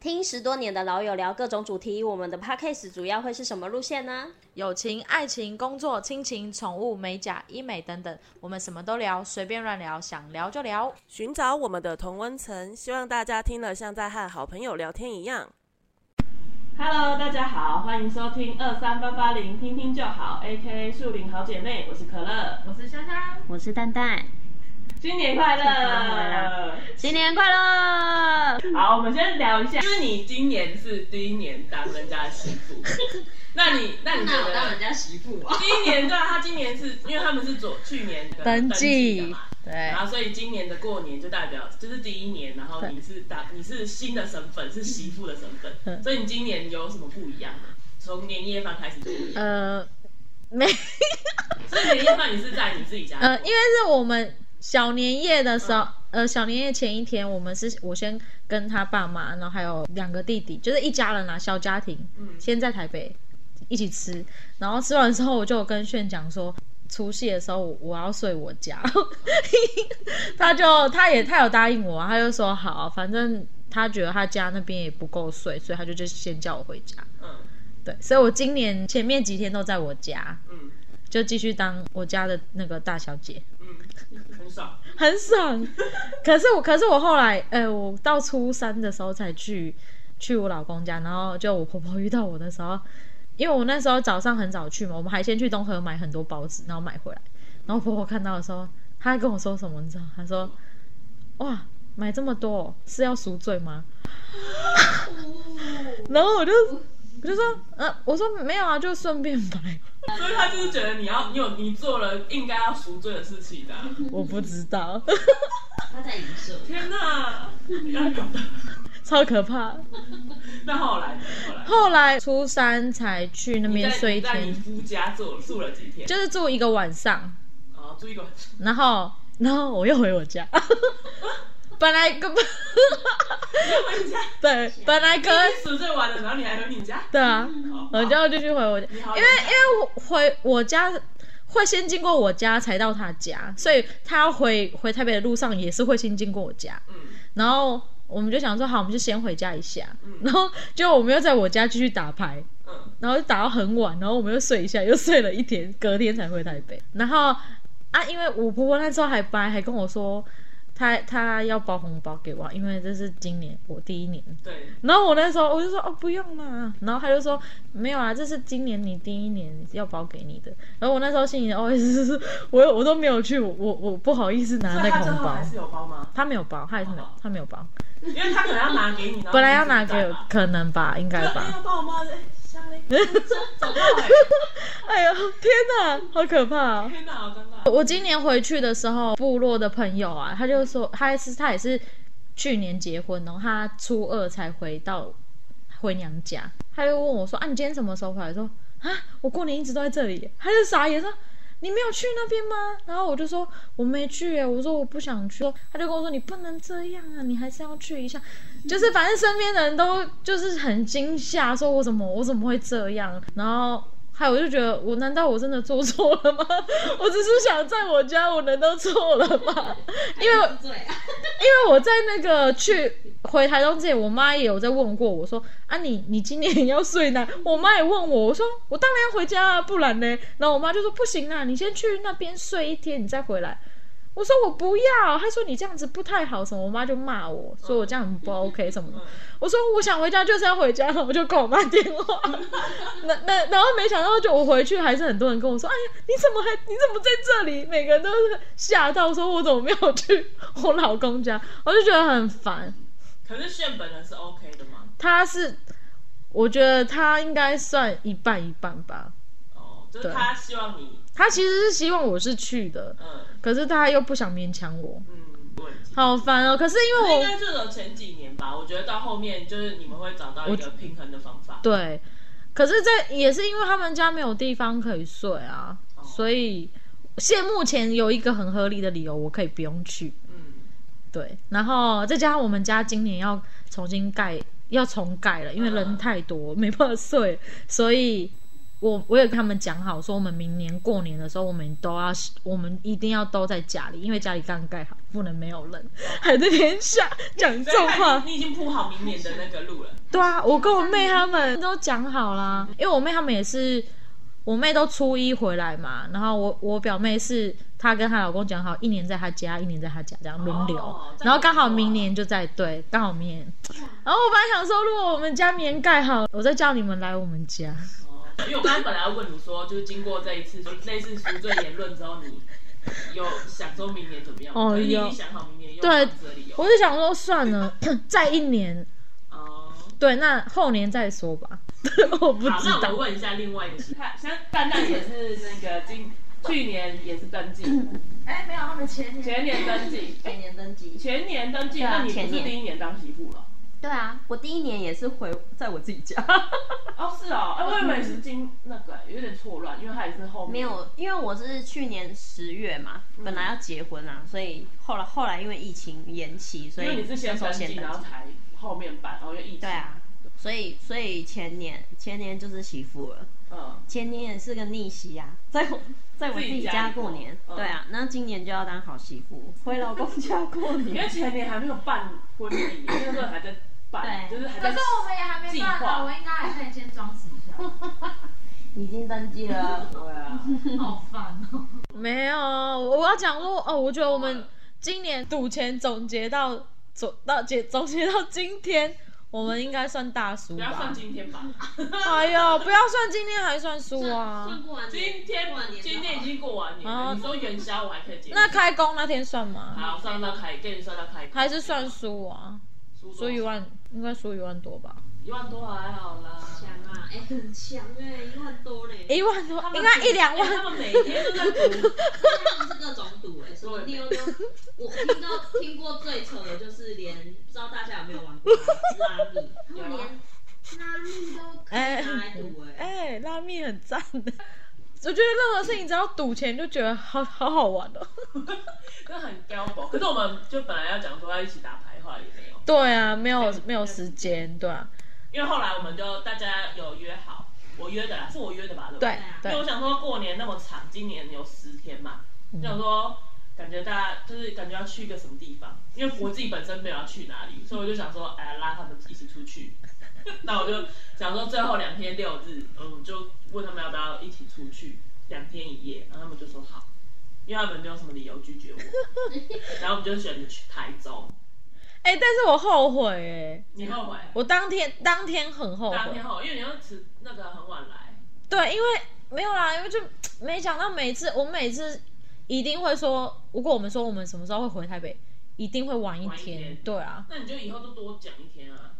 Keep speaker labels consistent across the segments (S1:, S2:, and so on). S1: 听十多年的老友聊各种主题，我们的 podcast 主要会是什么路线呢？
S2: 友情、爱情、工作、亲情、宠物、美甲、医美等等，我们什么都聊，随便乱聊，想聊就聊。
S3: 寻找我们的同温层，希望大家听了像在和好朋友聊天一样。
S4: Hello，大家好，欢迎收听二三八八零，听听就好，A.K.A 树林好姐妹，我是可乐，
S2: 我是香香，
S1: 我是蛋蛋，
S4: 新年快乐！
S1: 新年快乐！
S4: 好，我们先聊一下，
S5: 因为你今年是第一年当人家的媳 妇，那你那你觉
S6: 那我当
S5: 得
S6: 人家媳妇啊？
S5: 第一年对啊，他今年是因为他们是左去年的登记的嘛，
S2: 对
S5: 然后所以今年的过年就代表就是第一年，然后你是当你是新的身份是媳妇的身
S2: 嗯
S5: 份，所以你今年有什么不一样吗？从年夜饭开始不一样，
S2: 呃，没，
S5: 所以年夜饭你是在你自己家，
S2: 呃，因为是我们小年夜的时候，呃，小年夜前一天，我们是我先跟他爸妈，然后还有两个弟弟，就是一家人啦、小家庭，
S5: 嗯
S2: 先在台北一起吃，然后吃完之后，我就有跟炫讲说。除夕的时候，我我要睡我家， 他就他也他有答应我啊，他就说好，反正他觉得他家那边也不够睡，所以他就就先叫我回家。
S5: 嗯
S2: 对，所以我今年前面几天都在我家，
S5: 嗯
S2: 就继续当我家的那个大小姐，
S5: 嗯，很爽，
S2: 很爽。可是我，可是我后来，哎、我到初三的时候才去去我老公家，然后就我婆婆遇到我的时候，因为我那时候早上很早去嘛，我们还先去东河买很多包子，然后买回来，然后婆婆看到的时候，她还跟我说什么，你知道？她说：“哇，买这么多哦是要赎罪吗？” 然后我就我就说：“呃，我说没有啊，就顺便买。”
S5: 所以他就是觉得你要你有你做了应该要赎罪的事情的啊、
S2: 我不知道，
S6: 他在影射，
S5: 天哪，要有的。
S2: 超可怕。
S5: 那后来呢？后来
S2: 后来初三才去那
S5: 你
S2: 边
S5: 在
S2: 睡一
S5: 你在你
S2: 天，
S5: 夫家住住了几天？
S2: 就是住一个晚上，
S5: 哦，住一个晚上。
S2: 然后然后我又回我家。本来根本
S5: 回你家，
S2: 对，本来可以
S5: 宿醉完了，然后你还回你家？
S2: 对啊，
S5: 哦
S2: 我就继续回我家，
S5: 你
S2: 因
S5: 好
S2: 为因
S5: 勇敢
S2: 为我回我家会先经过我家才到他家，所以他要回回台北的路上也是会先经过我家，
S5: 嗯
S2: 然后我们就想说好，我们就先回家一下，然后就我们又在我家继续打牌，
S5: 嗯，
S2: 然后就打到很晚，然后我们又睡一下，又睡了一天，隔天才回台北。然后啊，因为我婆婆那时候还白，还跟我说，她她要包红包给我，因为这是今年我第一年。
S5: 对，
S2: 然后我那时候我就说哦不用啦，然后她就说没有啊，这是今年你第一年要包给你的。然后我那时候心里 OS 是，我我都没有去，我我我不好意思拿
S5: 所
S2: 那
S5: 以 他
S2: 个
S5: 最
S2: 红
S5: 后
S2: 包
S5: 还。是有包吗？
S2: 她没有包，她还是没有，她没有包。
S5: 因为他可能要拿给你，然后
S2: 本来要拿给
S5: 你自己带
S2: 我
S5: 吧，
S2: 可能吧，应该
S5: 对
S2: 吧
S5: 哎。 要帮我妈的，哎香嘞，走过来，
S2: 哎呦，天哪，好可怕、哦！
S5: 天哪，好尴尬。
S2: 我今年回去的时候，部落的朋友啊，他就说他是他也是去年结婚，然后他初二才回到回娘家，他就问我说：“啊，你今天什么时候回来？”我说：“啊，我过年一直都在这里。”他就傻眼说。你没有去那边吗？然后我就说我没去耶，我说我不想去。他就跟我说你不能这样啊，你还是要去一下。就是反正身边的人都就是很惊吓，说我怎么我怎么会这样？然后还有我就觉得我难道我真的做错了吗？我只是想在我家，我难道错了吗？因为因
S6: 对啊，
S2: 为我在那个去回台东之前，我妈也有在问过我说啊你你今年要睡哪？我妈也问我，我说我当然要回家啊，不然呢？然后我妈就说不行啊，你先去那边睡一天，你再回来。我说我不要，她说你这样子不太好什么，我妈就骂我说我这样很不 OK 什么的。我说我想回家就是要回家，然后我就挂我妈电话。那那然后没想到就我回去还是很多人跟我说，哎呀你怎么还你怎么在这里？每个人都是吓到说我怎么没有去我老公家，我就觉得很烦。
S5: 可是炫本人是 OK 的吗？
S2: 他是我觉得他应该算一半一半吧，
S5: 哦，就是
S2: 对
S5: 他希望你，
S2: 他其实是希望我是去的，
S5: 嗯
S2: 可是他又不想勉强我，
S5: 嗯，没问题。
S2: 好烦哦。可是因为
S5: 应
S2: 我
S5: 该这种前几年吧，我觉得到后面就是你们会找到一个平衡的方法。
S2: 对，可是这也是因为他们家没有地方可以睡啊，
S5: 哦
S2: 所以现目前有一个很合理的理由，我可以不用去。
S5: 嗯，
S2: 对，然后再加上我们家今年要重新盖，要重盖了，因为人太多，没办法睡，所以我 我有跟他们讲好，说我们明年过年的时候，我们都要，我们一定要都在家里，因为家里刚盖好，不能没有人。 还在那边想讲这种话，
S5: 你已经铺好明年的那个路了。
S2: 对啊，我跟我妹他们都讲好啦，因为我妹他们也是，我妹都初一回来嘛，然后我我表妹是她跟她老公讲好，一年在她家，一年在她家这样轮流，
S5: 哦这样
S2: 然后刚好
S5: 不错啊
S2: 明年就在对，刚好明年，然后我本来想说，如果我们家明年盖好，我再叫你们来我们家，
S5: 哦，因为我刚刚本来要问你说，就是经过这一次类似赎罪言论之后，你有想说明年怎么样吗？
S2: 哦
S5: 可是你已
S2: 有
S5: 经想好明年用
S2: 对
S5: 房子的理由。
S2: 我就想说算了， 再一年，
S5: 哦，
S2: 对，那后年再说吧， 我不
S5: 好，
S2: 知
S5: 那
S2: 道
S5: 我，问一下另外一个事情，
S4: 看，像蛋蛋也是那个今去年也是登记，
S6: 哎，没有，他们前
S4: 前年登记，
S6: 前年登记，
S4: 前年登记，
S1: 对啊
S4: 那你不
S1: 前
S4: 是
S1: 年
S4: 第一年当媳妇了？
S1: 对啊，我第一年也是回在我自己家，
S4: 哦，是哦，哎，我以为是今那个有点错乱，因为他也是后面
S1: 没有，因为我是去年十月嘛，本来要结婚啊，所以后来后来因为疫情延期，所
S4: 因
S1: 以
S4: 为你是先
S1: 那时
S4: 登
S1: 候
S4: 记，
S1: 先登
S4: 然后
S1: 记
S4: 才后面办，然后又疫情。
S1: 对，啊，所以所以前年前年就是媳妇了，
S4: 嗯，
S1: 前年也是个逆袭啊，在我在我
S4: 自
S1: 自
S4: 己
S1: 己
S4: 家
S1: 家
S4: 里
S1: 过年，
S4: 过嗯
S1: 对啊，那今年就要当好媳妇，回老公家过
S4: 因为
S1: 年。
S4: 前年还没有办婚礼，那时候还在办，
S1: 对
S4: 就是还
S6: 可
S4: 在
S6: 是我们也还没办
S4: 计划
S6: 啊，我应该还可以先装死一下，
S1: 已经登记 了，
S4: 对啊，
S6: 好烦哦。
S2: 没有，我要讲说哦，我觉得我们今年赌钱总结到总到结总结到今天，我们应该算大输
S5: 不要
S2: 吧
S5: 算？今天吧，
S2: 哎呦，不要算今天还算输啊
S6: 算！过完
S5: 今天
S6: 过完年之后
S5: 今天已经过完年了，
S2: 哦
S5: 你说元宵我还可以接受。
S2: 那开工那天算吗？
S5: 好，算到开，给你算到开工，
S2: 还是算输啊？
S5: 输多
S2: 输
S5: 少
S2: 一万，应该输一万多吧？
S5: 一万多还好啦。
S6: 强啊，哎，很强哎，一万多嘞，
S2: 一万多，应该一两
S5: 哎他
S2: 万。
S5: 们每天都在赌，
S6: 他们是各种赌哎，什么溜溜，我听到听过最扯的就是连不知道大家有没有玩过拉力，他们
S5: 啊
S6: 连拉力都可以拿来赌哎。
S2: 哎、拉面很赞的。我觉得任何事情只要赌钱，就觉得好好好玩哦。
S5: 那很高保。可是我们就本来要讲说要一起打牌，后来也没有，
S2: 对啊，没有没有时间，对啊，
S5: 因为后来我们就大家有约好，我约的啦，是我约的吧？对不对？
S2: 对
S5: 因为我
S2: 对，
S5: 想说过年那么长，今年有十天嘛，
S2: 嗯
S5: 就想说感觉大家就是感觉要去一个什么地方，因为我自己本身没有要去哪里，所以我就想说，哎，拉他们一起出去。 那我就想说最后两天六日，嗯，就问他们要不要一起出去两天一夜，然后他们就说好，因为他们没有什么理由拒 绝我，然后我们就选择去台中。
S2: 哎、但是我后悔哎、
S5: 你后悔？
S2: 我当天当天很后
S5: 当
S2: 悔
S5: 天，后，因为你要迟那个很晚来，
S2: 对，因为没有啦，因为就没想到每次我每次一定会说，如果我们说我们什么时候会回台北，一定会晚一
S5: 晚一
S2: 天，
S5: 天
S2: 对啊，
S5: 那你就以后都多讲一天啊。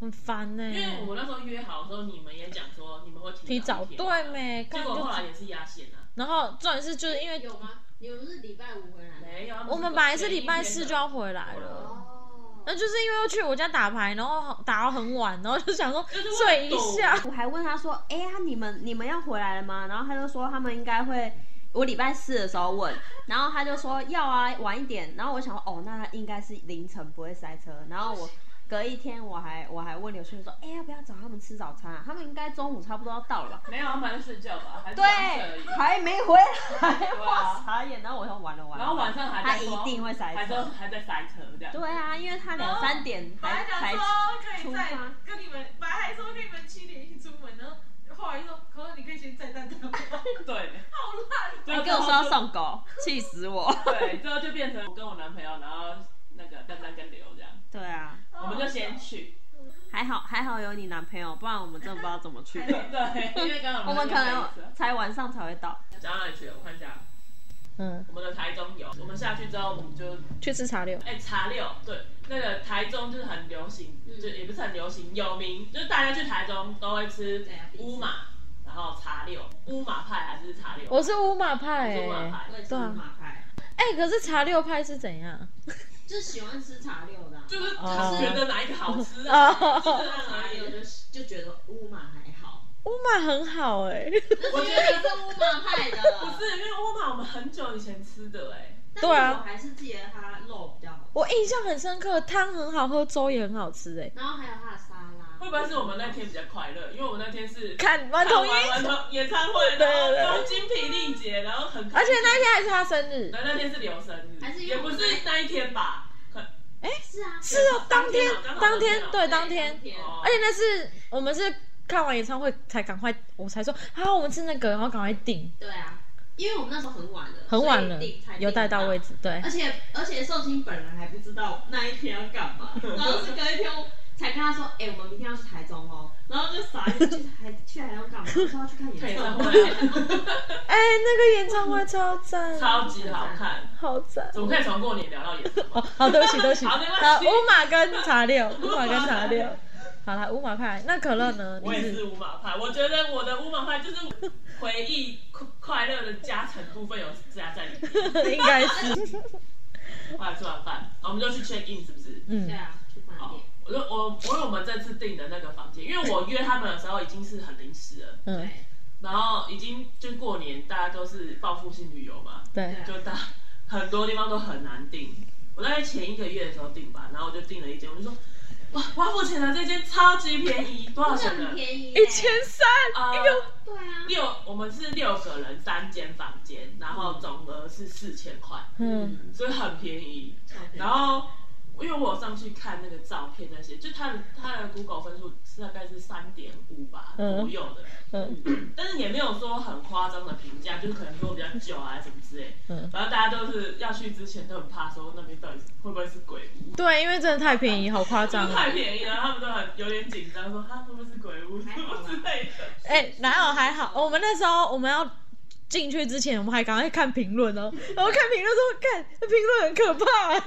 S2: 很烦呢、欸
S5: 因为我们那时候约好的时候，你们也讲说你们会
S2: 提
S5: 提
S2: 早
S5: 早一天
S2: 对没，
S5: 结
S2: 看
S5: 果
S2: 就
S5: 后来也是压线啊，
S2: 然后重点是就是因为
S6: 有吗？你们不是礼拜五回来？
S5: 没有。
S2: 我们本来是礼拜四就要回来了。
S6: 哦，
S2: 那就是因为要去我家打牌，然后打到很晚，然后就想说
S5: 是
S2: 睡
S5: 为了
S2: 一下，
S1: 我还问他说：“哎、呀，你们你们要回来了吗？”然后他就说他们应该会，我礼拜四的时候问，然后他就说要啊，晚一点。然后我想说，哦，那应该是凌晨不会塞车。然后我隔一天我还我还问刘迅说：“哎、要不要找他们吃早餐啊？他们应该中午差不多要到了吧
S4: 没有，他们还在睡觉吧？还？”是
S1: 对
S4: 晚睡而已，
S1: 还没回来，
S4: 对
S1: 我
S4: 啊
S1: 傻眼。然后我说完了完了，
S4: 然后晚上还
S1: 他
S4: 在说
S1: 一定会塞
S4: 还在
S1: 车。
S4: 还在塞车这样。
S1: 对啊，因为他两三点
S7: 本来
S1: 还
S7: 想
S1: 才
S7: 说可
S1: 出
S7: 以再
S1: 发。
S7: 跟你们，本来还说跟你们七点一起出门，然后后来就说，可是你可以先载蛋 蛋吗？
S4: 对，
S1: 还
S7: 哦
S4: 好烂。
S1: 跟我说要送狗，气死我！
S4: 对，最后就变成我跟我男朋友，然后那个丹丹跟刘这样，
S1: 对啊，
S2: 哦
S4: 我们就先去。
S1: 还好还好有你男朋友，不然我们真的不知道怎么去。
S4: 对，因为刚刚
S1: 我们可
S4: 男朋友在一起
S1: 能才晚上才会到。
S5: 讲到哪里去了？我看一下，
S2: 嗯，
S5: 我们的台中有，我们下去之后我们就
S2: 去吃茶六。
S5: 哎茶六，对，那个台中就是很流行，
S2: 嗯
S5: 就也不是很流行，有名就是大家去台中都会吃
S6: 对啊彼此
S5: 乌马，然后茶六，乌马派还是茶六？
S2: 我是乌马派哎、
S5: 是乌马
S2: 欸，
S5: 派
S6: 我，也是
S2: 对啊
S6: 马牌，
S2: 哎、可是茶六派是怎样？
S6: 就喜欢吃茶六的啊。
S5: 就是
S2: 哦
S5: 他觉得哪一个好 吃啊？
S2: 哦，
S6: 吃到 茶六就就觉得乌马还好，
S2: 乌马很好 哎、
S6: 我觉得你是乌马派的，
S5: 不是，因为乌马我们很久以前吃的哎，
S6: 但是
S2: 对啊
S6: 我还是记得它肉比较好，
S2: 我印象很深刻，汤很好喝，粥也很好吃哎、
S6: 然后还有它的沙拉，
S5: 会不会是我们那天比较快乐？因为我们那天是
S2: 看顽童
S5: 看
S2: 音，
S5: 完完童演唱会，
S2: 对
S5: 然
S2: 对
S5: 后东京霹雳节，然后很开
S2: 而且
S5: 心
S2: 那天还是他生日，
S5: 那那天是刘生日，
S6: 还是因
S5: 也
S6: 为
S5: 不是那一天吧？可
S6: 是啊，
S2: 是哦，当天
S7: 啊
S5: 刚好
S2: 当天
S5: 刚好
S2: 对当
S6: 当
S2: 天，
S6: 天
S5: 哦
S2: 而且那是我们是看完演唱会才赶快，我才说啊，我们吃那个，然后赶快订，
S6: 对啊，因为我们那时候很晚了，
S2: 很晚了
S6: 所以订才，订
S2: 有带到位
S6: 得
S2: 置，对
S6: 到，而且而且寿星本人还不知道那一天要干嘛，然后是隔一天我才跟他说，哎、我们明天要去台中哦，然后就傻眼，去台去台中干嘛？说要去看
S5: 看
S6: 演
S5: 演唱
S6: 唱
S5: 会
S6: 会，
S5: 啊，
S2: 哎，那个演唱会 超赞，
S5: 超级好看。
S2: 好赞。
S5: 怎么可以从过年聊到演唱会？
S2: 哦，好，对不起，对不起。
S5: 好没关系
S2: 好，乌马跟茶六，乌马跟茶六。 好嗯啦，乌马派。那可乐呢？
S5: 我也
S2: 你
S5: 是五马派，我觉得我的五马派就是回忆快快乐的加成部分有加在里面。
S2: 应该是，
S5: 后来吃完饭，然后我们就去 check in，是不是？
S2: 嗯
S6: 对，啊，去饭
S5: 好
S6: 店，，
S5: 我就我我因为我们这次订的那个房间，因为我约他们的时候已经是很临时了，
S2: 嗯，
S6: 对
S5: 然后已经就过年，大家都是报复性旅游嘛，
S2: 对，
S6: 啊
S5: 就大很多地方都很难订。我大概前一个月的时候订吧，然后我就订了一间，我就说，哇，我要付钱啊了，这间超级便宜，多少钱
S6: 真的
S5: 呢
S6: 很？便宜耶、
S2: 一千三，
S5: 呃，
S6: 对啊，
S5: 六，我们是六个人三间房间，然后总额是四千块，
S2: 嗯，
S5: 所以很便宜。
S6: 超便宜
S5: 然后因为我有上去看那个照片那些，就它的它的 Google 分数是大概是三点五吧
S2: 嗯
S5: 左右的，
S2: 嗯
S5: 但是也没有说很夸张的评价，就是可能说比较久啊什么之类。
S2: 嗯，
S5: 反正大家都是要去之前都很怕说那边到底是会不会是鬼屋，
S2: 对，因为真的太便宜，好夸
S5: 就
S2: 张
S5: 是
S2: 哦。
S5: 太便宜了，他们都很有点紧张，说哈会不会是鬼屋什么之类的。
S2: 哎，哪有还好？我们那时候我们要。进去之前，我们还赶快看评论哦，然后看评论说，看那评论很可怕、哎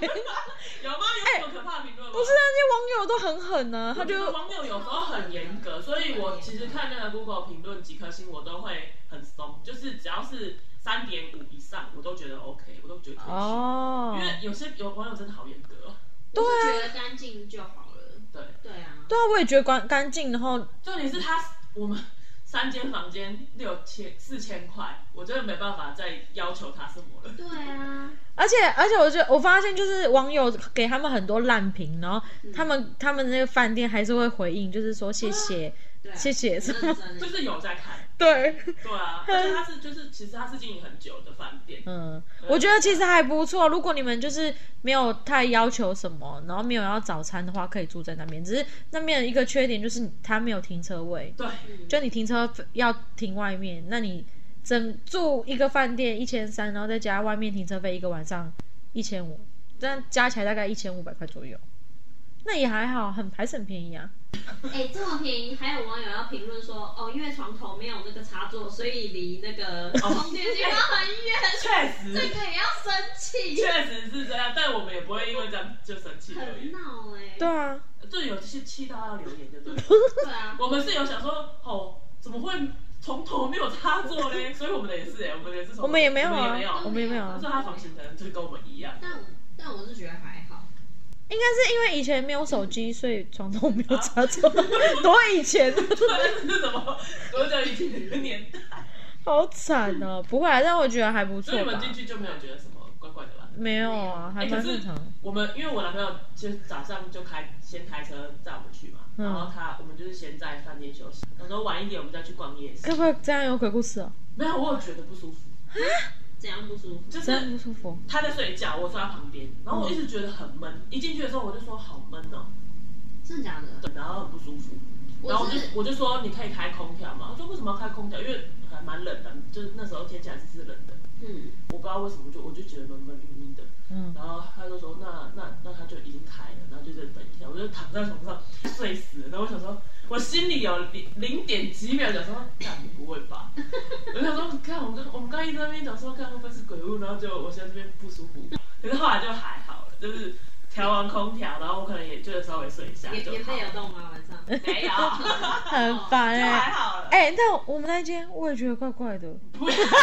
S5: 有吗？有什么可怕的评论 吗？
S2: 不是那些网友都很狠呢、他
S5: 我觉得
S2: 就
S5: 网友有时候很严格，所以我其实看那个 Google 评论几颗星，我都会很松，就是只要是三点五以上，我都觉得 OK，我都觉得可以去。
S2: 哦
S5: 因，为有些有网友真的好严格哦，
S6: 我是觉得干净就好了，
S5: 对，
S6: 对啊，
S2: 对啊，我也觉得干干净，然后
S5: 重点是他我们三间房间六千四千块，我真的没办法再要求他什么了。
S6: 对啊，
S2: 而且而且，我觉得我发现就是网友给他们很多烂评，然后他们、他们那个饭店还是会回应，就是说谢谢、
S6: 对啊，
S2: 谢谢什
S6: 认
S2: 么，
S6: 真
S5: 就是有 在看，
S2: 对，
S5: 对啊，而且他是就是其实他是经营很久的饭店，
S2: 嗯，我觉得其实还不错。如果你们就是没有太要求什么，然后没有要早餐的话，可以住在那边。只是那边有一个缺点就是它没有停车位，
S5: 对，
S2: 就你停车要停外面，那你整住一个饭店一千三，然后再加外面停车费一个晚上一千五，这样加起来大概一千五百块左右，那也还好，很还是很便宜啊。
S6: 哎、这么便宜，还有网友要评论说，哦，因为床头没有那个插座，所以离那个 充电地方很远，
S5: 确
S6: 这
S5: 实
S6: 个也要生气，
S5: 确实是这样，但我们也不会因为这样就生气而
S6: 很
S5: 已。
S6: 闹哎、
S2: 对啊，
S5: 就有些气到要留言，就对了。
S6: 对啊，
S5: 我们是有想说，哦，怎么会从头没有插 座嘞？所以我们的也是哎、我们的也是从头
S2: 我们也没有
S5: 我
S2: 啊
S5: 们也没有。，
S2: 我们也没有
S5: 他
S2: 啊，
S5: 说他房型可能就跟我们一样，
S6: 但但我是觉得还好，
S2: 应该是因为以前没有手机，所以床头没有插座， 多以前，
S5: 这是什么多久以前的年代？
S2: 好惨哦、不会、啊，但我觉得还不
S5: 所以
S2: 错
S5: 你们
S2: 吧
S5: 进。去就没有觉得什么怪怪的吧？
S2: 没有啊，还
S5: 哎
S2: 蛮
S5: 可是
S2: 正常。
S5: 我们因为我男朋友就早上就开先开车载我们去嘛，
S2: 嗯
S5: 然后他我们就是先在饭店休息，等到晚一点我们再去逛夜市
S2: 该。不会这样有鬼故事哦、
S5: 没有，我有觉得不舒服，
S6: 怎样不舒服？
S5: 就是
S2: 真不舒服。
S5: 他在睡觉，我坐在旁边，然后我一直觉得很闷。一进去的时候我就说好闷哦、
S6: 真的假的？
S5: 对，然后很不舒服。然后
S6: 我
S5: 我就是我就说你可以开空调嘛，我说为什么要开空调？因为还蛮冷的，就是那时候天气还是是冷的。
S6: 嗯，
S5: 我不知道为什么就我就觉得闷闷晕晕的，
S2: 嗯，
S5: 然后他就说那那那他就已经开了，然后就在等一下，我就躺在床上睡死了。然后我想说，我心里有零零点几秒想说，干你不会 吧？我想说，看我们刚我们刚一直在那边讲说，看会不会是鬼屋，然后就我现在这边不舒服，可是后来就还好了，就是调完空调，然后我可能也就稍微睡一下
S6: 眼
S5: 就
S6: 眼
S5: 好
S6: 背，有动吗？晚 上？
S5: 没有，
S2: 很烦哎、
S5: 就 还好了。
S2: 哎、但我们那间我也觉得怪怪的，
S5: 不是
S6: 真的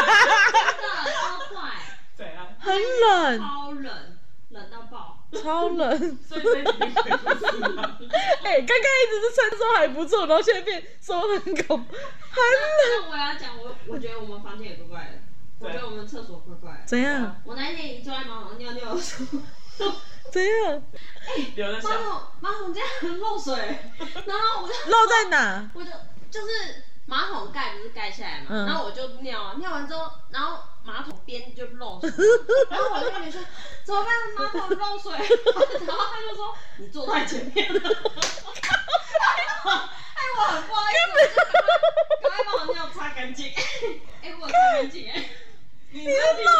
S6: 超怪，
S5: 对啊，
S2: 很冷，
S6: 超冷，冷到爆，
S2: 超冷。
S5: 所以这一集没鬼故事啊。
S2: 哎、刚刚一直是称说还不错，然后现在变说很恐怖，很
S6: 那我要讲，我我觉得我们房间也怪怪的，我觉得我们厕所怪怪的。
S2: 怎样？
S6: 我那一天一坐在马桶上尿尿的时候，
S2: 怎样？
S5: 留着
S6: 马
S5: 想
S6: 桶马桶这样漏水，然后我就
S2: 漏在哪？
S6: 我就就是马桶盖不是盖起来嘛，
S2: 嗯
S6: 然后我就尿啊，尿完之后，然后马桶边就漏 水，然后我就跟你说怎么办，马桶漏水， 然后他就说你坐太前面了， 哎我很不好意思， 我就赶快赶快把我尿擦干净，哎我擦干净，
S5: 你的尿，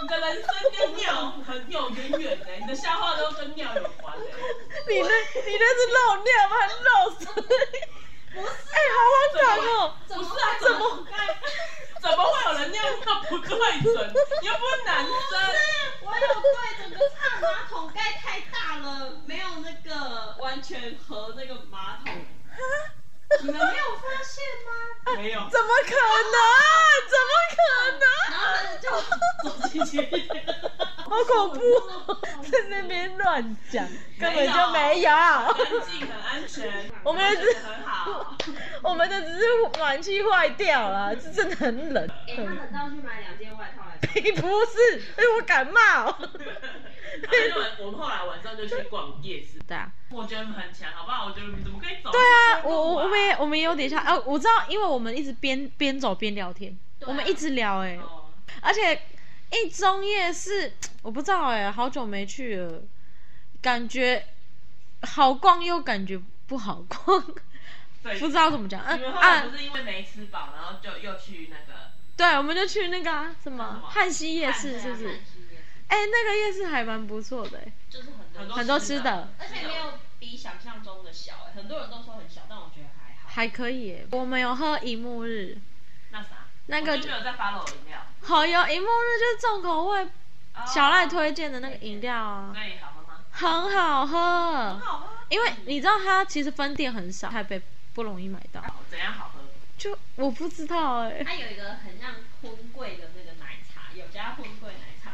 S5: 你的人生跟尿很有渊源的，你的笑话都跟尿有关的。
S2: 你那你那是漏尿吗？漏水？
S6: 不是
S2: 哎、好荒唐哦！
S6: 怎
S5: 不
S6: 么
S5: 是
S6: 会
S5: 啊，怎么怎么会有人尿尿不对准？你又不是男生，
S6: 我有对整个是马桶盖太大了，没有那个完全合那个马 桶。你们没有发现吗？
S5: 没有，
S2: 怎么可能？怎么可能？
S6: 然后他就走进去，
S2: 好恐怖哦！在那边乱讲，根本就没有。
S5: 干净很 安全，
S2: 我们
S5: 真的很好。
S2: 我们的只是暖气坏掉了，是真的很冷。
S6: 哎、他等到去买两件外套来穿。
S2: 不是，哎、我感冒。
S5: 因为我们后来晚上就去逛夜市，
S2: 对啊，
S5: 我觉得很强，好不好？我觉得你怎么可以走？
S2: 对啊，我我我们也我们也有点像，哦、我知道，因为我们一直边边走边聊天，我们一直聊、哎、
S5: 哦
S2: 而且一中夜市，我不知道哎、好久没去了，感觉好逛又感觉不好逛，
S5: 对，
S2: 不知道怎么讲。
S5: 你
S2: 嗯
S5: 们后来
S2: 啊
S5: 不，是因为没吃饱，然后就又去那个
S2: 对，我们就去那个、啊、什么汉西 夜市，是不是？哎、那个夜市还蛮不错的、哎
S6: 就是很
S5: 很
S6: 多，
S5: 多
S2: 很多吃的，
S6: 而且没有比想象中的小、哎很多人都说很小，但我觉得还好。
S2: 还可以、哎我们有喝一幕日，
S5: 那啥，
S2: 那个
S5: 我就没有在发我饮料，
S2: 好有一幕日就是重口味
S5: 哦
S2: 小赖推荐的那个饮料啊，
S5: 那你好喝吗？
S2: 很好啊喝。
S5: 好喝，
S2: 因为你知道它其实分店很少，台北不容易买到。
S5: 哎好怎样好喝？
S2: 就我不知道哎、
S6: 它有一个很像荤桂的那个奶茶，有加荤桂奶茶，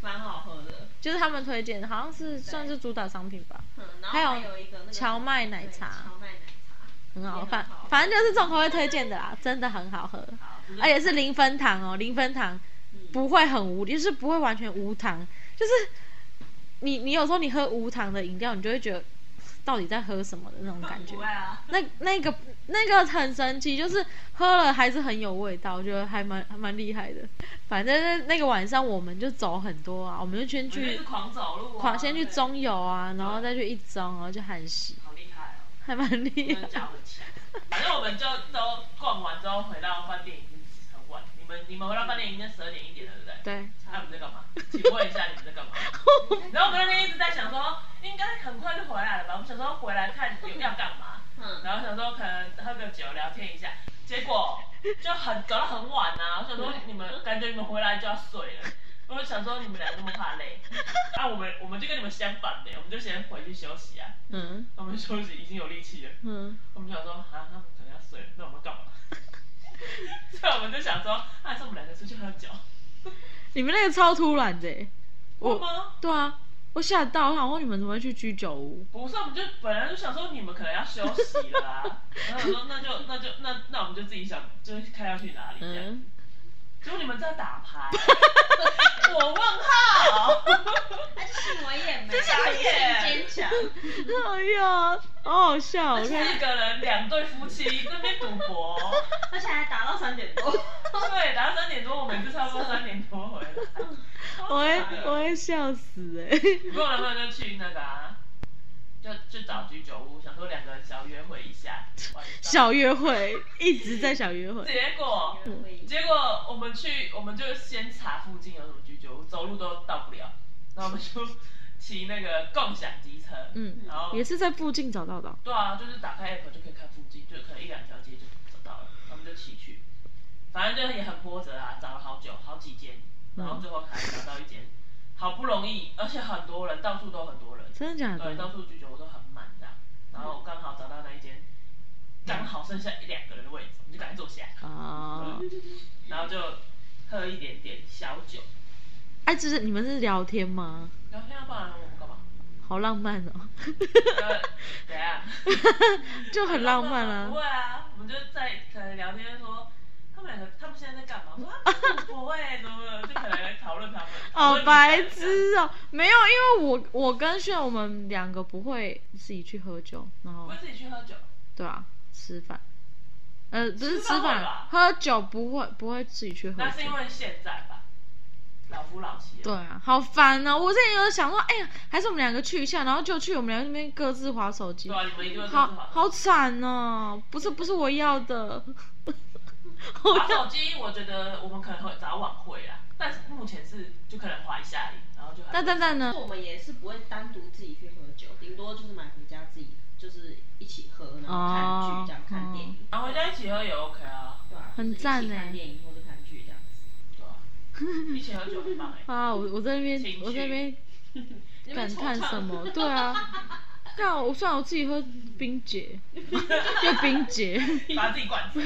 S6: 蛮好喝的。
S2: 就是他们推荐的，好像是算是主打商品吧，
S6: 嗯，然后
S2: 还有
S6: 还有一个那个
S2: 荞麦奶
S6: 对
S2: 茶
S6: 荞麦奶茶，
S2: 很好，
S6: 也很
S2: 反
S6: 好
S2: 反正就是重口味推荐的啦，真的很好喝，
S5: 好，就是
S2: 而且哎是零分糖哦，零分糖
S5: 嗯
S2: 不会很无，就是不会完全无糖，就是你你有时候你喝无糖的饮料，你就会觉得到底在喝什么的那种感觉
S5: 不。会啊，
S2: 那那个那个很神奇，就是喝了还是很有味道，我觉得还蛮还蛮厉害的。反正那那个晚上我们就走很多啊，我们就先
S5: 我们就
S2: 去
S5: 是狂走路啊，
S2: 狂先去
S5: 对，
S2: 中游啊，然后再去一中，啊然后去韩系，
S5: 好厉害哦，
S2: 还蛮厉
S5: 真的
S2: 害。
S5: 脚很 强。反正我们就都逛完之后回到饭店已经很晚，你们你们回到饭店应该十二点一点了，对不对？
S2: 对，
S5: 那你们在干嘛？请问一下你们在干嘛？然后我们那天一直在想说，应该很快就回来了吧？我们想说回来看有要干嘛，
S6: 嗯，
S5: 然后想说可能喝个酒聊天一下，结果就很走到很晚啊。我想说你们感觉你们回来就要睡了，我就想说你们俩那么怕累，啊我们我们就跟你们相反的，我们就先回去休息啊。
S2: 嗯
S5: 我们休息已经有力气了，
S2: 嗯，
S5: 我们想说啊那我们可能要睡了，那我们要干嘛？所以我们就想说，那还是我们两个出去喝酒，
S2: 你们那个超突然的欸、
S5: 我
S2: 我
S5: 吗？
S2: 对啊，我吓到，我想问你们怎么会去居酒屋？
S5: 不是，我们就本来就想说你们可能要休息了 啊，然后我说那就那就那那我们就自己想，就是看要去哪里这样。
S2: 嗯，
S5: 结果你们在打 牌，我问号，
S6: 他就是我也没，
S5: 傻眼
S6: 坚强，
S2: 哎呀，好好笑，我看
S5: 四个人两对夫妻那边赌博，
S6: 而且还打到三点多，
S5: 对，然后三点多，我每次差不多三点多回来，
S2: 我会我会笑死哎、
S5: 不过能不能就去那个啊？就去找居酒屋，想说两个人小约会一下，晚上
S2: 小约会一直在小约会，
S5: 结果
S6: 嗯
S5: 结果我们去，我们就先查附近有什么居酒屋，走路都到不了，然后我们就骑那个共享机车，
S2: 嗯
S5: 然后
S2: 也是在附近找到的哦、
S5: 对啊，就是打开 app 就可以看附近，就可能一两条街就走到了，我们就骑去，反正就也很波折啊，找了好久，好几间，然后最后才找到一间，好不容易，而且很多人，到处都很多人，
S2: 真的假
S5: 对，到
S2: 的？
S5: 处居酒屋都很满这样，然后刚好找到那一间，刚好剩下一两个人的位置，我们就赶快坐下。
S2: 啊，
S5: 然后就喝一点点小酒。
S2: 哎、就是你们是聊天吗？
S5: 聊天要不然我们干 嘛？
S2: 好浪漫哦、
S5: 呃等一下，
S2: 就很浪漫啦、
S5: 不会啊，我们就在可能聊 天说他们两个，他们现在在干嘛？我说啊，赌博哎，怎么了就可能来讨论他们。
S2: 好哦白痴哦、没有，因为我我跟炫我们两个不会自己去喝酒，然后
S5: 不会自己去喝酒，
S2: 对啊，吃饭，呃，不是
S5: 吃
S2: 吃
S5: 饭会
S2: 饭
S5: 吧，
S2: 喝酒不会不会自己去喝
S5: 那是
S2: 酒
S5: 因。为现在吧，老夫老妻了。
S2: 对啊，好烦哦！我之前有想说，哎呀，还是我们两个去一下，然后就去我们两个那边各自划手机
S5: 对，啊，你们一定会
S2: 好
S5: 更好。
S2: 好惨哦！不是不是我要的，我
S5: 滑
S2: 要
S5: 手机，我觉得我们可能会早晚会啊，但是目前是就可能滑一下而已，然后就还
S2: 那蛋蛋呢？
S6: 我们也是不会单独自己去喝酒，顶多就是买回家自己就是一起喝，然后看剧这样、看电影，
S5: 然后回家一起喝也 OK 啊，
S6: 对吧、
S2: 很赞
S6: 就是一起
S2: 欸
S6: 看电影或者看剧这样子。
S5: 对啊，一起喝酒很棒哎、
S2: 啊，我我在那边
S5: 情，绪
S2: 我在那边感叹什 么？对 啊，那我算我自己喝冰姐，就冰姐，
S5: 把自己管住。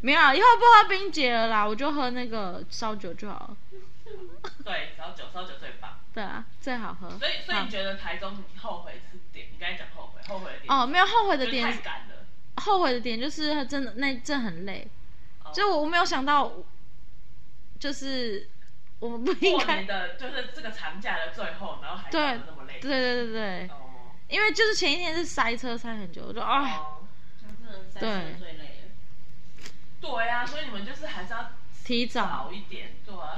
S2: 没有啊，以后不喝冰姐了啦，我就喝那个烧酒就好了。
S5: 对，烧酒烧酒最棒。
S2: 对啊，最好喝。
S5: 所以所以
S2: 好
S5: 你觉得台中你后悔是点？你刚才讲后悔，后悔的点
S2: 哦，没有后悔的
S5: 就是太
S2: 点，
S5: 赶了。
S2: 后悔的点就是他真的那真的很累，
S5: 哦
S2: 就我我没有想到，就是我不应
S5: 过
S2: 该
S5: 年，的就是这个长假的最后，然后还搞
S2: 对
S5: 得那么累。
S2: 对对对对，
S5: 哦。
S2: 因为就是前一天是塞车塞很久，我就哎。
S5: 哦。
S6: 讲真的，三十岁最累了。
S5: 对啊，所以你们就是还是要
S2: 提早
S5: 早一点，对啊。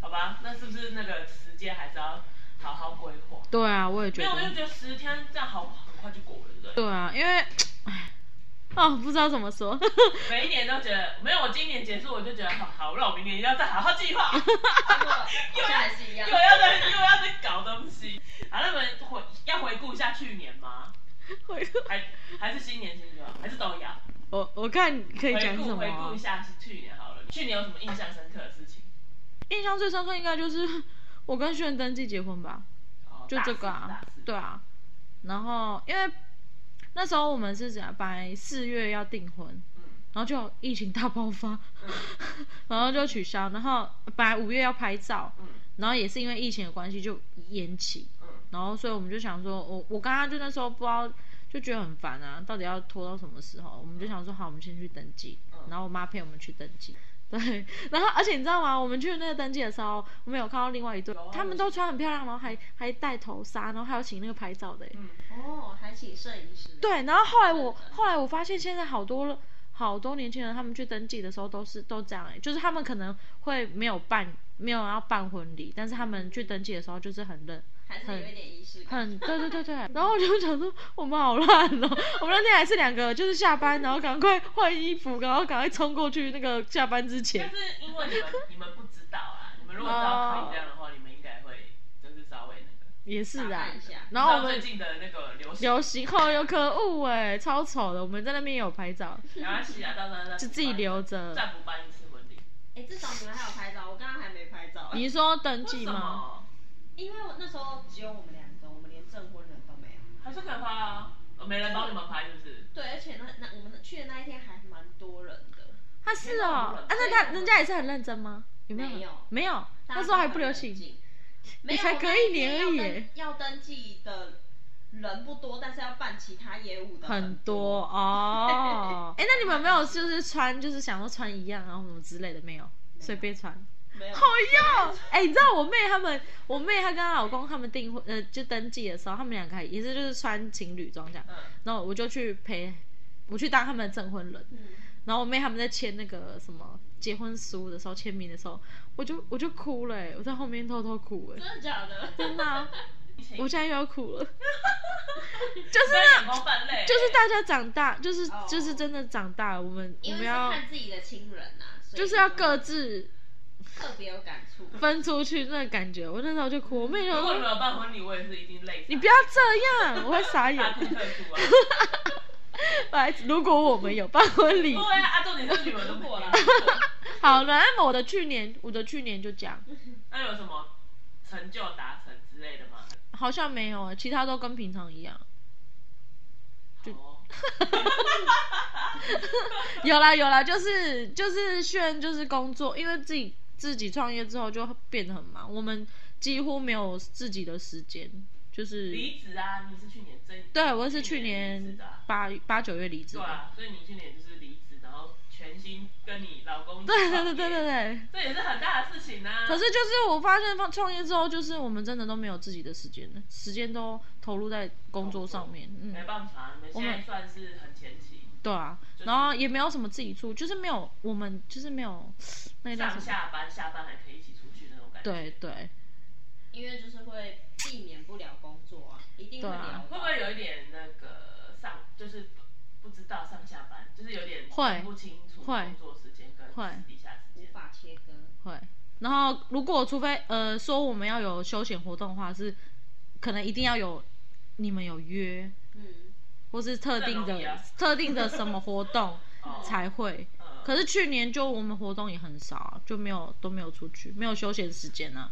S5: 好吧，那是不是那个时间还是要好好规划？
S2: 对啊，我也觉
S5: 没有，我就
S2: 得。
S5: 觉得十天这样好很快就过了，对不对？
S2: 对啊，因为，唉哦，不知道怎么说。
S5: 每一年都觉得没有，我今年结束我就觉得好好，那我明年一定要再好好 计划，又要
S6: 是一样
S5: 又要再又要再搞东西。好，那我们回要回顾一下去年吗？还还是新年新希望，还是都要？
S2: 我我看可以
S5: 回
S2: 讲什
S5: 顾
S2: 么
S5: 回
S2: 啊、
S5: 顾一下是去年好了，去年有什么印象深刻的事情？
S2: 印象最深刻应该就是我跟炫登记结婚吧，
S5: 哦
S2: 就这个
S5: 大
S2: 啊
S5: 四大四，
S2: 对啊。然后因为那时候我们是讲本来四月要订婚，
S5: 嗯
S2: 然后就疫情大爆发，然后就取消。然后本来五月要拍照，
S5: 嗯
S2: 然后也是因为疫情的关系就延期，
S5: 嗯
S2: 然后所以我们就想说，我我刚刚就那时候不知道，就觉得很烦啊，到底要拖到什么时候？我们就想说，好，我们先去登记，然后我妈陪我们去登记。 对，然后而且你知道吗？我们去那个登记的时候，我们有看到另外一对
S5: 有啊，
S2: 他们
S5: 有
S2: 都穿很漂亮，然后还还戴头纱，然后还有请那个拍照的欸。
S6: 哦，还请摄影师。
S2: 对，然后后来我后来我发现现在好多了，好多年轻人他们去登记的时候都是都这样、欸，就是他们可能会没有办没有要办婚礼，但是他们去登记的时候就是很认
S6: 还是有一点仪式感。
S2: 很嗯对对对对，然后我就想说我们好烂哦、我们那天还是两个就是下班，然后赶快换衣服，然后赶快冲过去那个下班之
S5: 但
S2: 前。
S5: 是因为你们你们不知道啊，你们如果知道可以这样的话，你们应该会就是稍微那个。
S2: 也是
S6: 打
S2: 啊
S6: 扮一下，
S2: 然后我
S5: 你知道最
S2: 们
S5: 近的那个流行，
S2: 流行后又可恶哎、超丑的，我们在那边也有拍照，
S5: 没关系啊，到时候再
S2: 就自己留着。
S5: 再不办一次婚礼。
S6: 哎，至少你们还有拍照，我刚刚还没拍照。
S2: 你说登
S5: 为
S2: 记
S5: 什
S2: 吗？
S5: 么？
S6: 因为我那时候只有我们两个，我们连证婚人都没有。
S5: 还是可以拍啊，哦没人帮你们拍是不是？
S6: 对，而且那那我们去的那一天还蛮多人的，
S2: 他是哦，啊，那他人家也是很认真吗？有没有？
S6: 没有
S2: 没有，
S6: 大家
S2: 那时候还不流
S6: 很冷
S2: 行。
S6: 静。没有
S2: 才
S6: 我
S2: 隔
S6: 那
S2: 一
S6: 天
S2: 年
S6: 要
S2: 而已
S6: 登
S2: 耶
S6: 要登记的人不多，但是要办其他业务的
S2: 很多
S6: 多。
S2: 哦，哎、那你们没有就是穿，就是想要穿一样，然啊后什么之类的没有？随便穿，
S6: 没有
S2: 好用！哎、你知道我妹他们，我妹她跟她老公他们订婚，呃，就登记的时候，他们两个还也是就是穿情侣装这样，然后我就去陪，我去当他们的证婚人，
S6: 嗯
S2: 然后我妹他们在签那个什么结婚书的时候，签名的时候，我就我就哭了、哎我在后面偷偷哭、哎，
S6: 真的假的？
S2: 真的啊、我现在又要哭了，
S5: 就是那工分类，
S2: 啊就是大家长大，就是、就是真的长大了，我们我
S6: 因
S2: 们
S6: 为是
S2: 要
S6: 看自己的亲人呐、所以
S2: 就是要各自
S6: 特别有感触。
S2: 分出去那个感觉，我那时候就哭，我妹就
S5: 如果你
S2: 说
S5: 们有办婚礼，我也是一定累死。
S2: 你不要这样，我会傻眼
S5: 大。哭 特哭啊！
S2: 来，哎如果我们有办婚礼，
S5: 对啊，啊重点是你们都过了。
S2: 好了，那么我的去年，我的去年就这样，
S5: 那有什么成就达成之类的吗？
S2: 好像没有啊，其他都跟平常一样。
S5: 好哦，
S2: 有啦有啦，就是就是炫，就是工作，因为自己自己创业之后就变得很忙，我们几乎没有自己的时间，就是
S5: 离职啊，你是去年真
S2: 对，我是去
S5: 去年离
S2: 年
S5: 职的啊
S2: 八八九月离职
S5: 对
S2: 的。
S5: 啊，所以你去年就是离职，然后全全心跟你老公一起
S2: 对对
S5: 创
S2: 对对
S5: 业
S2: 对对。
S5: 这也是很大的事情啊。
S2: 可是就是我发现放创业之后，就是我们真的都没有自己的时间了，时间都投入在工作上面。嗯，
S5: 没办法，你们现
S2: 我
S5: 在
S2: 们
S5: 算是很前期，
S2: 对啊，
S5: 就是
S2: 然后也没有什么自己住，就是没有我们就是没有那叫什么？
S5: 上下班下班还可以一起出去那种感觉。
S2: 对对，
S6: 因为就是会避免不了工作啊，一定会
S2: 对
S6: 聊
S2: 啊。
S5: 会不会有一点那个上，就是不不知道上下班，就是有点
S2: 会
S5: 分不清楚
S2: 会
S5: 工作时间跟
S2: 会
S5: 私底下时
S6: 无
S5: 间？
S6: 法切割，
S2: 会。然后如果除非呃说我们要有休闲活动的话，是可能一定要有你们有约，
S6: 嗯，
S2: 或是特定
S5: 这很容易
S2: 的、
S5: 啊
S2: 特定的什么活动
S5: 哦
S2: 才会。
S5: 嗯
S2: 可是去年就我们活动也很少、啊，就没有都没有出去，没有休闲时间啊，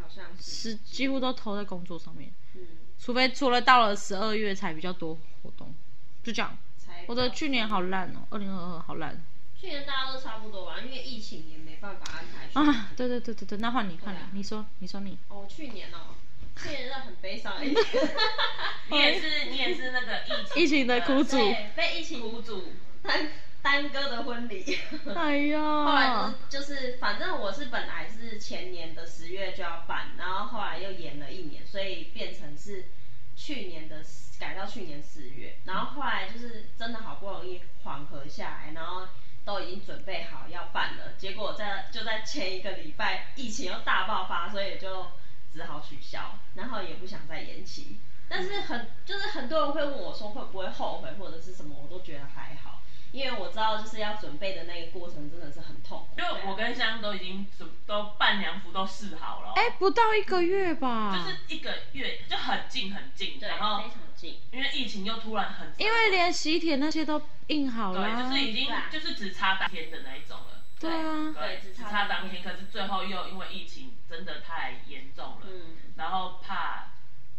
S6: 好像是，
S2: 是几乎都投在工作上面。
S6: 嗯，
S2: 除非除了到了十二月才比较多活动，就这样。
S6: 才
S2: 我的去年好烂哦，二零二二好烂
S6: 去年大家都差不多啊吧，因为疫情也没办法安排去
S2: 啊！对对对对对，那换你换你
S6: 对啊，
S2: 你说你说你，
S6: 哦，去年哦，去年真的很 悲伤，哎
S5: 你也是你也是那个疫 情
S2: 疫情的苦主，
S6: 对，哎被疫情
S5: 苦主，
S6: 耽耽搁的婚礼。
S2: 哎
S6: 后来
S2: 呀，
S6: 就是就是，反正我是本来是前年的十月就要办，然后后来又延了一年，所以变成是去年的10改到去年四月，然后后来就是真的好不容易缓和下来，然后都已经准备好要办了，结果在就在前一个礼拜疫情又大爆发，所以也就只好取消，然后也不想再延期。但是很就是很多人会问我说会不会后悔或者是什么，我都觉得还好，因为我知道就是要准备的那个过程真的是很痛苦。
S5: 因为我跟香都已经准都伴娘服都试好了哦，
S2: 哎，不到一个月吧，
S5: 就是一个月就很近很近，
S6: 对
S5: 然后
S6: 非常近，
S5: 因为疫情又突然很，
S2: 因为连喜帖那些都印好
S5: 对，
S2: 啦
S5: 就，是已经
S6: 对啊
S5: 就是只差当天的那一种了。
S2: 对啊，
S6: 对
S5: 只
S6: 只差
S5: 差当
S6: 当
S5: 天，
S6: 天
S5: 可是最后又因为疫情真的太严重了，
S6: 嗯，
S5: 然后怕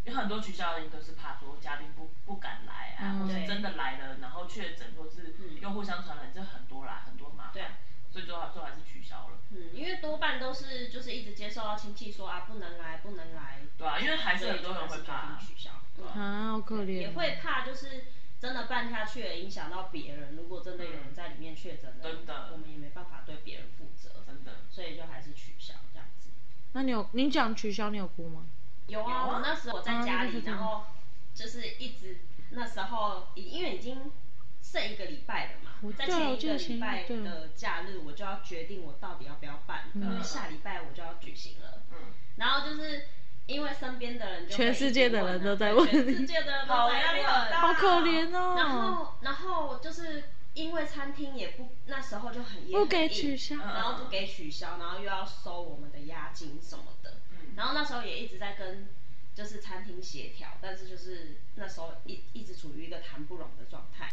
S5: 有很多取消的原因都是怕说嘉宾不不敢来啊，
S2: 嗯
S5: 或是
S6: 对
S5: 真的来了，然后确诊或是
S6: 嗯
S5: 又互相传染，这很多啦，很多麻
S6: 对
S5: 烦，
S6: 啊
S5: 所以最后最后还是取消了，
S6: 嗯，因为多半都是就是一直接受到亲戚说啊不能来不能来，
S5: 对啊，因为还是
S6: 所以
S5: 很
S6: 就
S5: 多人
S6: 还
S5: 会
S6: 是决
S5: 怕
S6: 定，取消，
S5: 对啊
S2: 啊，好可怜
S6: 也
S2: 哦，
S6: 会怕就是真的办下去了影响到别人，如果真的有人在里面确诊了，
S5: 真的
S6: 我们也没办法对别人负责，
S5: 真的。
S6: 所以就还是取消这样子。
S2: 那你有你讲取消，你有哭吗？
S6: 有啊，
S5: 有啊
S6: 我那时候我在家
S2: 啊那就
S6: 里，
S2: 是这样
S6: 然后就是一直那时候，已因为已经剩一个礼拜了
S2: 我
S6: 嘛，在
S2: 对
S6: 前
S2: 我
S6: 一
S2: 记
S6: 个
S2: 得前
S6: 礼
S2: 一
S6: 拜
S2: 对
S6: 的假日，我就要决定我到底要不要办，因为下礼拜我就要举行了。
S5: 嗯，
S6: 然后就是因为身边的人就会
S2: 全世界的人都在
S6: 一直
S2: 问
S6: 啊全世界的人都
S5: 好压
S6: 在
S5: 力
S6: 问，
S5: 好大
S2: 好可怜
S6: 啊然
S2: 哦，
S6: 后然后就是因为餐厅也不那时候就很也
S2: 不
S6: 很啊
S2: 给
S6: 硬
S2: 取消，
S5: 嗯
S6: 然后不给取消，然后又要收我们的押金什么的。
S5: 嗯
S6: 然后那时候也一直在跟就是餐厅协调，但是就是那时候一一直处于一个谈不拢的状态。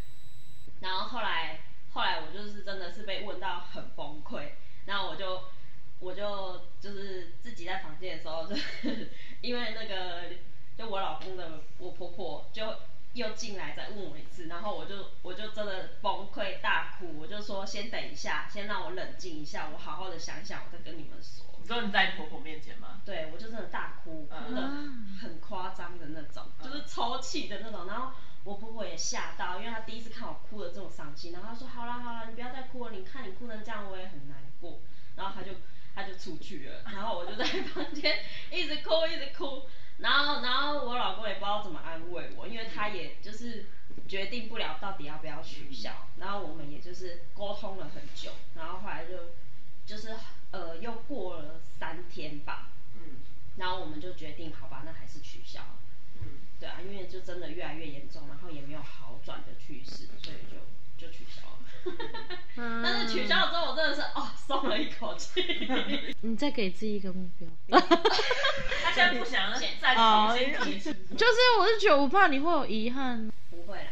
S6: 然后后来后来我就是真的是被问到很崩溃，然后我就我就就是自己在房间的时候，就是因为那个就我老公的我婆婆就又进来再问我一次，然后我就我就真的崩溃大哭，我就说先等一下，先让我冷静一下，我好好的想想，我再跟你们说。
S5: 你说你在你婆婆面前吗？
S6: 对我就真的大哭，哭的很夸张的那种，就是抽泣的那种。然后我婆婆也吓到，因为她第一次看我哭的这么伤心，然后她说：“好啦好啦，你不要再哭了，你看你哭成这样，我也很难过。”然后她就她就出去了，然后我就在房间一直哭一直哭，然后然后我老公也不知道怎么安慰我，因为他也就是决定不了到底要不要取消，然后我们也就是沟通了很久，然后后来就就是呃又过了三天吧，
S5: 嗯
S6: 然后我们就决定，好吧，那还是取消。
S5: 嗯，
S6: 对啊，因为就真的越来越严重，然后也没有好转的趋势，所以就就取消了。
S2: 啊
S6: 但是取消了之后，我真的是哦松了一口气。
S2: 你再给自己一个目标。啊
S5: 她现在不想要再
S2: 哦
S5: 重新提起，
S2: 就是，我是觉得我怕你会有遗憾，
S6: 不会啦，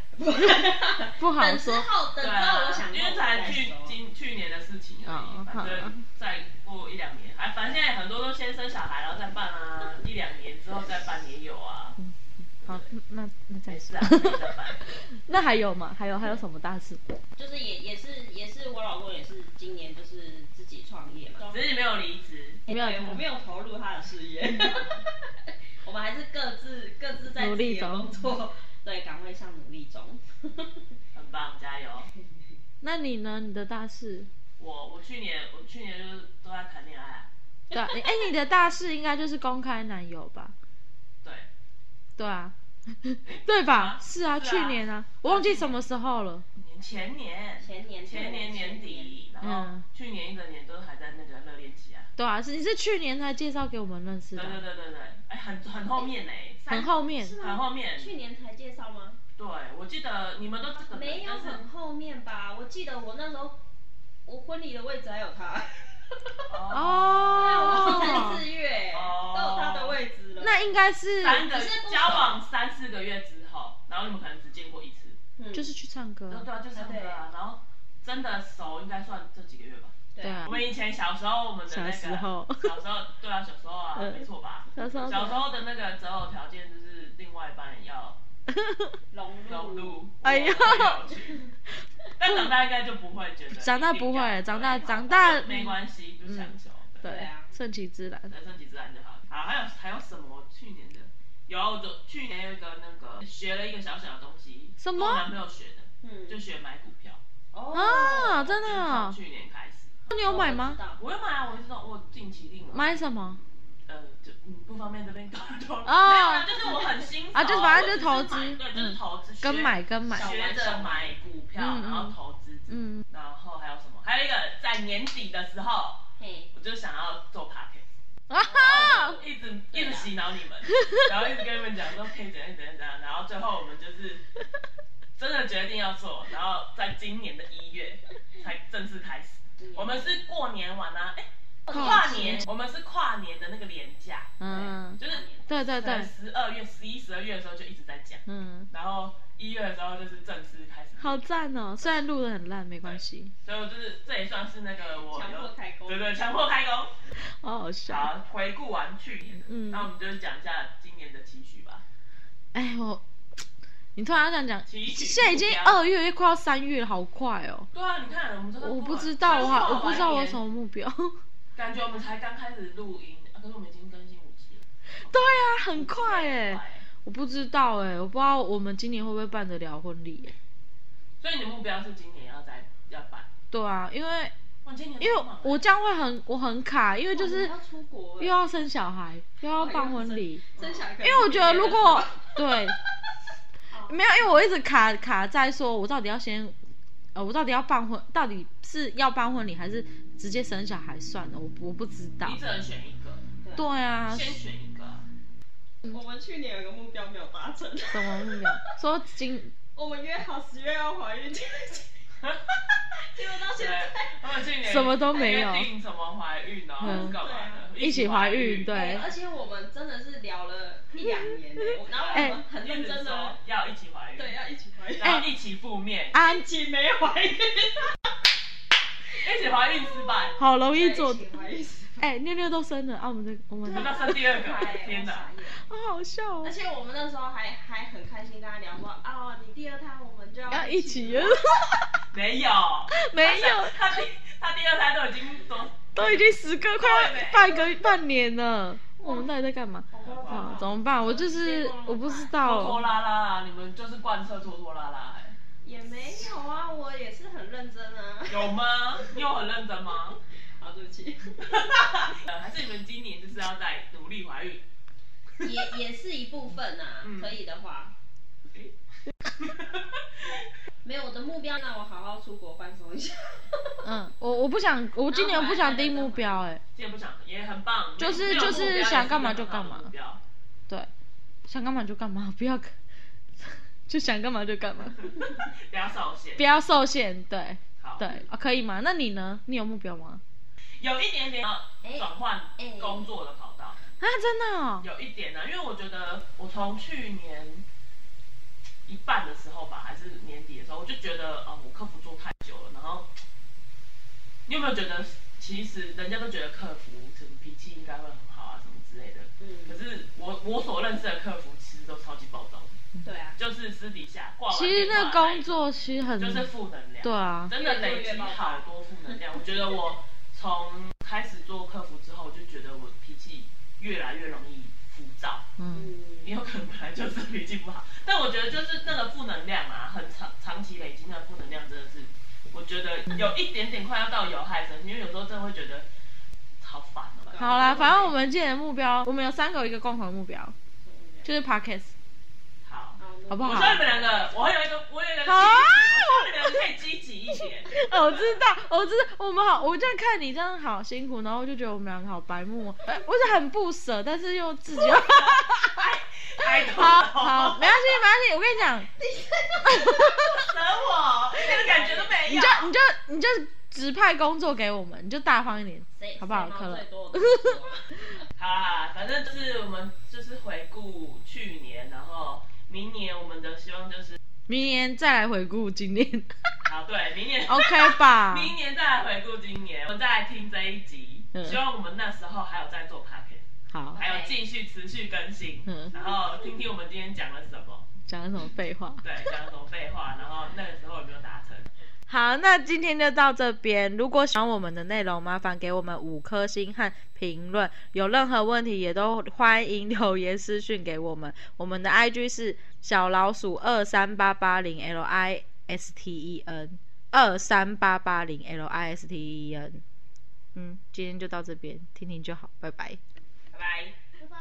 S2: 不好
S6: 等之
S2: 说。
S6: 后
S5: 对
S6: 等之后
S5: 啊
S6: 我想，
S5: 因为
S6: 后
S5: 才
S6: 再
S5: 去
S6: 说
S5: 今去年的事情而已，
S2: 哦
S5: 反
S2: 好
S5: 正再过一两年，哎，反正现在很多都先生小孩，然后再办啊，一两年之后再办也有啊，
S2: 好，那那再
S5: 没
S2: 说
S5: 事。啊，可以再办。
S2: 那还有吗？还有还有什么大事？
S6: 就是也也是也是我老公也是今年就是自己创业嘛，
S5: 只是你没有离职，
S2: 没有
S6: 对我没有投入他的事业，我们还是各自各自在
S2: 努
S6: 自
S2: 力
S6: 己的
S2: 中
S6: 工作对岗位上努力中。
S5: 很棒，加油！
S2: 那你呢？你的大事？
S5: 我我去年我去年就是都在谈恋爱啊，
S2: 对啊，哎、你的大事应该就是公开男友吧？
S5: 对，
S2: 对啊， 对吧？
S5: 啊
S2: 是啊，
S5: 是啊
S2: 去年啊，我忘记什么时候了。
S5: 年前年
S6: 前年
S5: 前年年，底，然
S2: 嗯
S5: 后去年一整年都还在那个热恋期啊。
S2: 对啊，是你是去年才介绍给我们认识
S5: 对对啊
S2: 的，
S5: 对对对，哎，很很后面呢，
S2: 很
S5: 三
S2: 后面。
S5: 很后面。
S6: 去年才介绍吗？
S5: 对，我记得你们都这个
S6: 没有
S5: 但是
S6: 很后面吧？我记得我那时候我婚礼的位置还有他，
S2: 哦，
S6: 三四月
S5: 哦
S6: 都有他的位置了。
S2: 那应该是
S5: 三个
S6: 只是不熟
S5: 交往三四个月之后，然后你们可能只见过一次，
S6: 嗯
S2: 就是去唱歌
S5: 对
S2: 啊，
S5: 啊，就是唱歌啊，然后真的熟应该算这几个月吧。
S2: 对啊
S5: 我，们以前小时候，我们的那个
S2: 小时候
S5: 小时候对啊，小时 候啊，
S2: 嗯
S5: 没错吧？
S2: 小时候
S5: 小时候的那个择偶条件就是另外一半要
S6: 融入
S5: 融入，
S2: 哎呦
S5: 我有趣，但长大应该就不会觉得一定要，
S2: 长大不会长大
S5: 对
S2: 长大嗯
S5: 没关系，不强求，对，
S6: 对啊
S2: 顺其自然。
S5: 人生几自然就好。好，还有还有什么？去年的有啊，我就去年有一个那个学了一个小小的东西，
S2: 什么
S5: 跟我男朋友学的，
S6: 嗯哦
S5: 就学买股票
S2: 啊，真的
S5: 从
S2: 啊，
S5: 去年开始，
S2: 那你有买吗？？
S5: 我有买啊，我知道我定期定额
S2: 买什么？
S5: 呃，就嗯不方便这边搞多
S2: 哦
S5: 没有啊，就是我很欣
S2: 啊
S5: 赏
S2: 就是反正就是投
S5: 我只
S2: 资
S5: 是买对，就是
S2: 嗯
S5: 投资，
S2: 跟
S5: 学
S2: 买跟买
S5: 学着买股票，
S2: 嗯嗯
S5: 然后投资，
S2: 嗯，
S5: 然后还有什么？还有一个在年底的时候，
S6: 嘿，
S5: 我就想要做 p o c k e t
S2: 啊哈，
S5: 一直一直洗脑你们，然后一直跟你们讲说可以怎样怎样怎样，然后最后我们就是真的决定要做，然后在今年的一月才正式开始。我们是过年完啊，哎、跨年，我们是跨年的那个年假，
S2: 嗯，
S5: 就是
S2: 对对对，
S5: 十二月、十一、十二月的时候就一直在讲，
S2: 嗯，
S5: 然后一月的时候就是正式开始，
S2: 好赞哦。虽然录的很烂，没关系，
S5: 所以我就是这也算是那个我
S6: 强迫开工
S5: 对对，强迫开工。
S2: 好好笑。
S5: 好，回顾完去年的，
S2: 嗯
S5: 那我们就讲一下今年的期许吧。
S2: 哎，我，你突然要这样讲，
S5: 期许
S2: 现在已经
S5: 目标
S2: 二月，又快要三月了，好快哦。
S5: 对啊，你看我们这个
S2: 我不知道，啊我还我不知道我有什，
S5: 刚过完
S2: 么目 标。
S5: 年感觉我们才刚开始录音，啊可是我们已经更新五集了，
S2: 对啊，很快
S5: 很
S2: 哎，
S5: 快
S2: 我不知道哎，我不知道我们今年会不会办得了婚礼哎。
S5: 所以你的目标是今年要再要办？
S2: 对啊，因为
S5: 哇，今年
S2: 因为
S5: 超忙的啊
S2: 我这样会很我很卡，因为就是
S6: 哦要出国哎
S2: 又要生小孩，又要办婚礼，
S6: 生小孩，
S2: 因为我觉得如 果对，没有，因为我一直卡卡在说，我到底要先，呃，我到底要办婚，到底是要办婚礼还是直接生小孩算了，我不我不知道
S5: 你。只能选一个，
S2: 对啊，
S5: 先选一 个啊。
S6: 我们去年有个目标没有达成，
S2: 什么目标？说今
S6: 我们约好十月要怀孕，结果到现在
S5: 他们去年
S2: 什么都没有
S5: 约定什么怀孕啊，
S2: 嗯
S5: 还是干嘛的？
S2: 一起怀孕，
S6: 哎
S2: 对，
S6: 而且我们真的是聊了一两年呢，欸我然后我们很
S5: 一
S6: 认
S5: 直
S6: 真
S5: 说
S6: 的，
S5: 要一起怀孕，
S6: 对，要一起怀孕，
S5: 然后一起负面，
S2: 啊，
S6: 一起没怀孕，
S5: 一起怀孕失败，
S2: 好容易做
S6: 一，起怀孕，
S2: 哎，妞妞都生了啊，我们这我们
S5: 那生第二个，
S6: 哎
S5: 天哪！！
S6: 我傻眼
S2: 啊，好笑
S6: 而
S2: 哦，
S6: 且我们那时候还还很开心，跟他聊说啊，你第二胎我们就
S2: 要
S6: 要
S2: 一起
S6: 了，
S5: 没有，
S2: 没有，
S5: 他第他第二胎都已经多，
S2: 都已经十个快要半个半年了，我们到底在干嘛？啊，怎么办？我就是我不知
S5: 拖拖
S2: 道。
S5: 拉拉啊，你们就是贯彻拖拖拉拉，哎
S6: 也没有啊，我也是很认真啊。
S5: 有吗？你有很认真吗？
S6: 好，对不起，
S5: 呃还是你们今年就是要在努力怀孕？
S6: 也也是一部分啊，
S5: 嗯
S6: 可以的话。 没有，我的目标让我好好出国放松一下。
S2: 嗯，我我不想，我今年不想定目标、哎，
S5: 也不想，也很棒，
S2: 就是
S5: 没有目标
S2: 就是
S5: 也一个
S2: 想干嘛
S5: 很
S2: 就
S5: 好
S2: 干
S5: 的
S2: 嘛
S5: 目 标
S2: 欸对，想干嘛就干嘛，不要 就想干嘛就干嘛，
S5: 不要受限
S2: 不。要受限，对
S5: 好，
S2: 对啊，可以吗？那你呢？你有目标吗？
S5: 有一点点
S6: 哎
S5: 转换
S6: 哎
S5: 工作的跑道，
S2: 啊，真的、哦，
S5: 有一点呢、啊因为我觉得我从去年一半的时候吧，还是年底的时候，我就觉得啊、我客服做太久了，然后你有没有觉得，其实人家都觉得客服什么脾气应该会很好啊，什么之类的，可
S6: 嗯，
S5: 是我我所认识的客服其实都超级暴躁的，
S6: 对啊，
S5: 就是私底下挂完
S2: 其实
S5: 电
S2: 那个
S5: 话
S2: 工作其实很，
S5: 啊就是负能量，
S2: 对啊，
S5: 真的累积好多负能量。我觉得我从开始做客服之后，我就觉得我脾气越来越容易浮躁，
S2: 嗯，
S5: 也有可能本来就是脾气不好，但我觉得就是那个负能量啊，很长长期累积那个负能量真的是我觉得有一点点快要到有害身心，因为有时候真的会觉得好烦哦。
S2: 好啦，反正我们今年的目标，我们有三个有一个共同的目标，
S6: 嗯
S2: 就是 podcast，
S5: 好，
S2: 好不好
S5: 我？教你们两个，我有一个，我有一个积极，
S2: 好啊
S5: 我希望你们两个可以积极一点。
S2: 哦我知道，我知道，我们好，我这样看你这样好辛苦，然后我就觉得我们两个好白目哦，呃我是很不舍，但是又自己又
S5: 哎，
S2: 好好，没关系，没关系，我跟你讲，
S5: 等我，一点感觉都没
S2: 你
S5: 有。
S2: 就你就你就指派工作给我们，你就大方一点，
S6: 谁
S2: 好不好
S6: 谁毛
S2: 克勒
S6: 最 多的就是我啊
S5: 好啦，反正就是我们就是回顾去年，然后明年我们的希望就是，
S2: 明年再来回顾今 年
S5: 好对，明年
S2: ，OK 吧？
S5: 明年再来回顾今年，我们再来听这一集，
S2: 嗯
S5: 希望我们那时候还有在做 p o c k e t
S2: 好，
S5: 还有继续持续更新，
S2: 嗯
S5: 然后听听我们今天讲了什么，
S2: 讲了什么废话？
S5: 对，讲了什么废话，然后那个时候有没有达成？
S2: 好，那今天就到这边。如果喜欢我们的内容，麻烦给我们五颗星和评论。有任何问题也都欢迎留言私讯给我们。我们的 IG 是小老鼠二三八八零 L I S T E N 二三八八零 L I S T E N。嗯，今天就到这边，听听就好，拜拜。